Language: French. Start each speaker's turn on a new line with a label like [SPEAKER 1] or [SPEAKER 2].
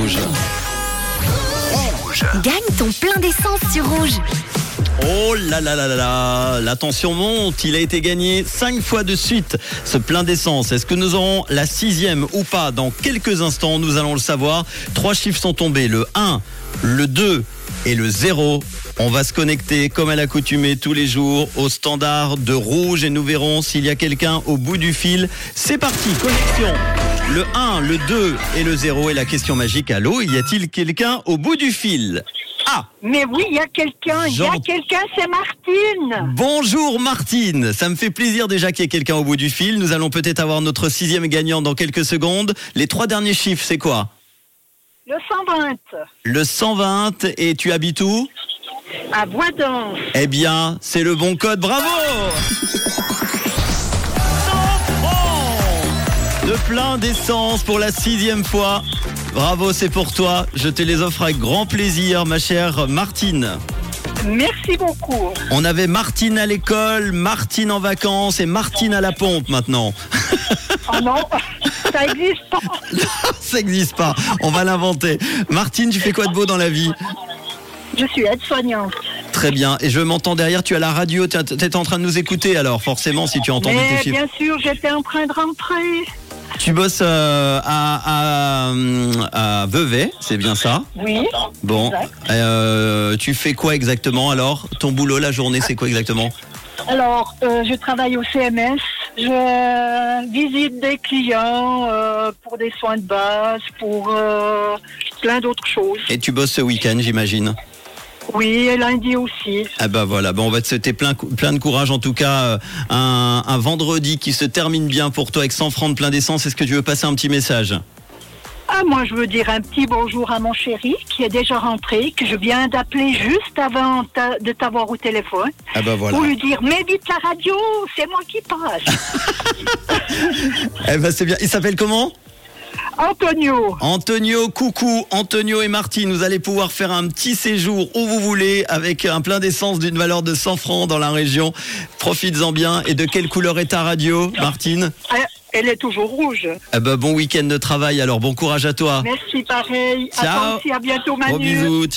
[SPEAKER 1] Rouge.
[SPEAKER 2] Gagne ton plein d'essence sur rouge.
[SPEAKER 1] Oh là là là là là La tension monte, il a été gagné 5 fois de suite ce plein d'essence. Est-ce que nous aurons la sixième ou pas Dans quelques instants, nous allons le savoir. Trois chiffres sont tombés, le 1, le 2 et le 0. On va se connecter comme à l'accoutumée tous les jours au standard de rouge et nous verrons s'il y a quelqu'un au bout du fil. C'est parti, connexion Le 1, le 2 et le 0 et la question magique, allô, y a-t-il quelqu'un au bout du fil Ah
[SPEAKER 3] Mais oui, il y a quelqu'un, il y a
[SPEAKER 1] Jean-
[SPEAKER 3] quelqu'un, c'est Martine.
[SPEAKER 1] Bonjour Martine, ça me fait plaisir déjà qu'il y ait quelqu'un au bout du fil. Nous allons peut-être avoir notre sixième gagnant dans quelques secondes. Les trois derniers chiffres, c'est quoi
[SPEAKER 3] Le 120,
[SPEAKER 1] Le 120 et tu habites où
[SPEAKER 3] à Boisdance.
[SPEAKER 1] Eh bien, c'est le bon code, bravo 100 francs De plein d'essence pour la sixième fois. Bravo, c'est pour toi. Je te les offre avec grand plaisir, ma chère Martine.
[SPEAKER 3] Merci beaucoup.
[SPEAKER 1] On avait Martine à l'école, Martine en vacances et Martine à la pompe maintenant.
[SPEAKER 3] Oh non, ça existe pas.
[SPEAKER 1] Ça n'existe pas. On va l'inventer. Martine, tu fais quoi de beau dans la vie
[SPEAKER 3] Je suis aide-soignante.
[SPEAKER 1] Très bien. Et je m'entends derrière, tu as la radio, tu es en train de nous écouter alors, forcément, si tu as entendu tes
[SPEAKER 3] Mais
[SPEAKER 1] chiffres.
[SPEAKER 3] bien sûr, j'étais en train de rentrer.
[SPEAKER 1] Tu bosses euh, à, à, hum, à Vevey, c'est bien ça
[SPEAKER 3] Oui,
[SPEAKER 1] Bon.
[SPEAKER 3] Exact.
[SPEAKER 1] Euh, tu fais quoi exactement alors Ton boulot, la journée, c'est quoi exactement
[SPEAKER 3] alors euh, je travaille au CMS. Je visite des clients euh, pour des soins de base, pour euh, plein d'autres choses.
[SPEAKER 1] Et tu bosses ce week-end, j'imagine
[SPEAKER 3] Oui, et lundi aussi.
[SPEAKER 1] Ah bah voilà, bon, on va te souhaiter plein, cou- plein de courage en tout cas. euh, un, un vendredi qui se termine bien pour toi avec 100 francs de plein d'essence. Est-ce que tu veux passer un petit message
[SPEAKER 3] Ah, moi, je veux dire un petit bonjour à mon chéri qui est déjà rentré, que je viens d'appeler juste avant ta- de t'avoir au téléphone
[SPEAKER 1] Ah bah voilà.
[SPEAKER 3] pour lui dire Mais vite la radio, c'est moi qui passe.
[SPEAKER 1] Eh ben c'est bien. Il s'appelle comment
[SPEAKER 3] Antonio,
[SPEAKER 1] Antonio, coucou. Antonio et Martine, vous allez pouvoir faire un petit séjour où vous voulez avec un plein d'essence d'une valeur de 100 francs dans la région. Profites-en bien. Et de quelle couleur est ta radio, Martine
[SPEAKER 3] elle- hein, elle est toujours rouge.
[SPEAKER 1] Eh ben bon week-end de travail. Alors bon courage à toi.
[SPEAKER 3] Merci, pareil. À
[SPEAKER 1] Ciao.
[SPEAKER 3] toi aussi, à bientôt, Manu.
[SPEAKER 1] Gros bisous. Ciao.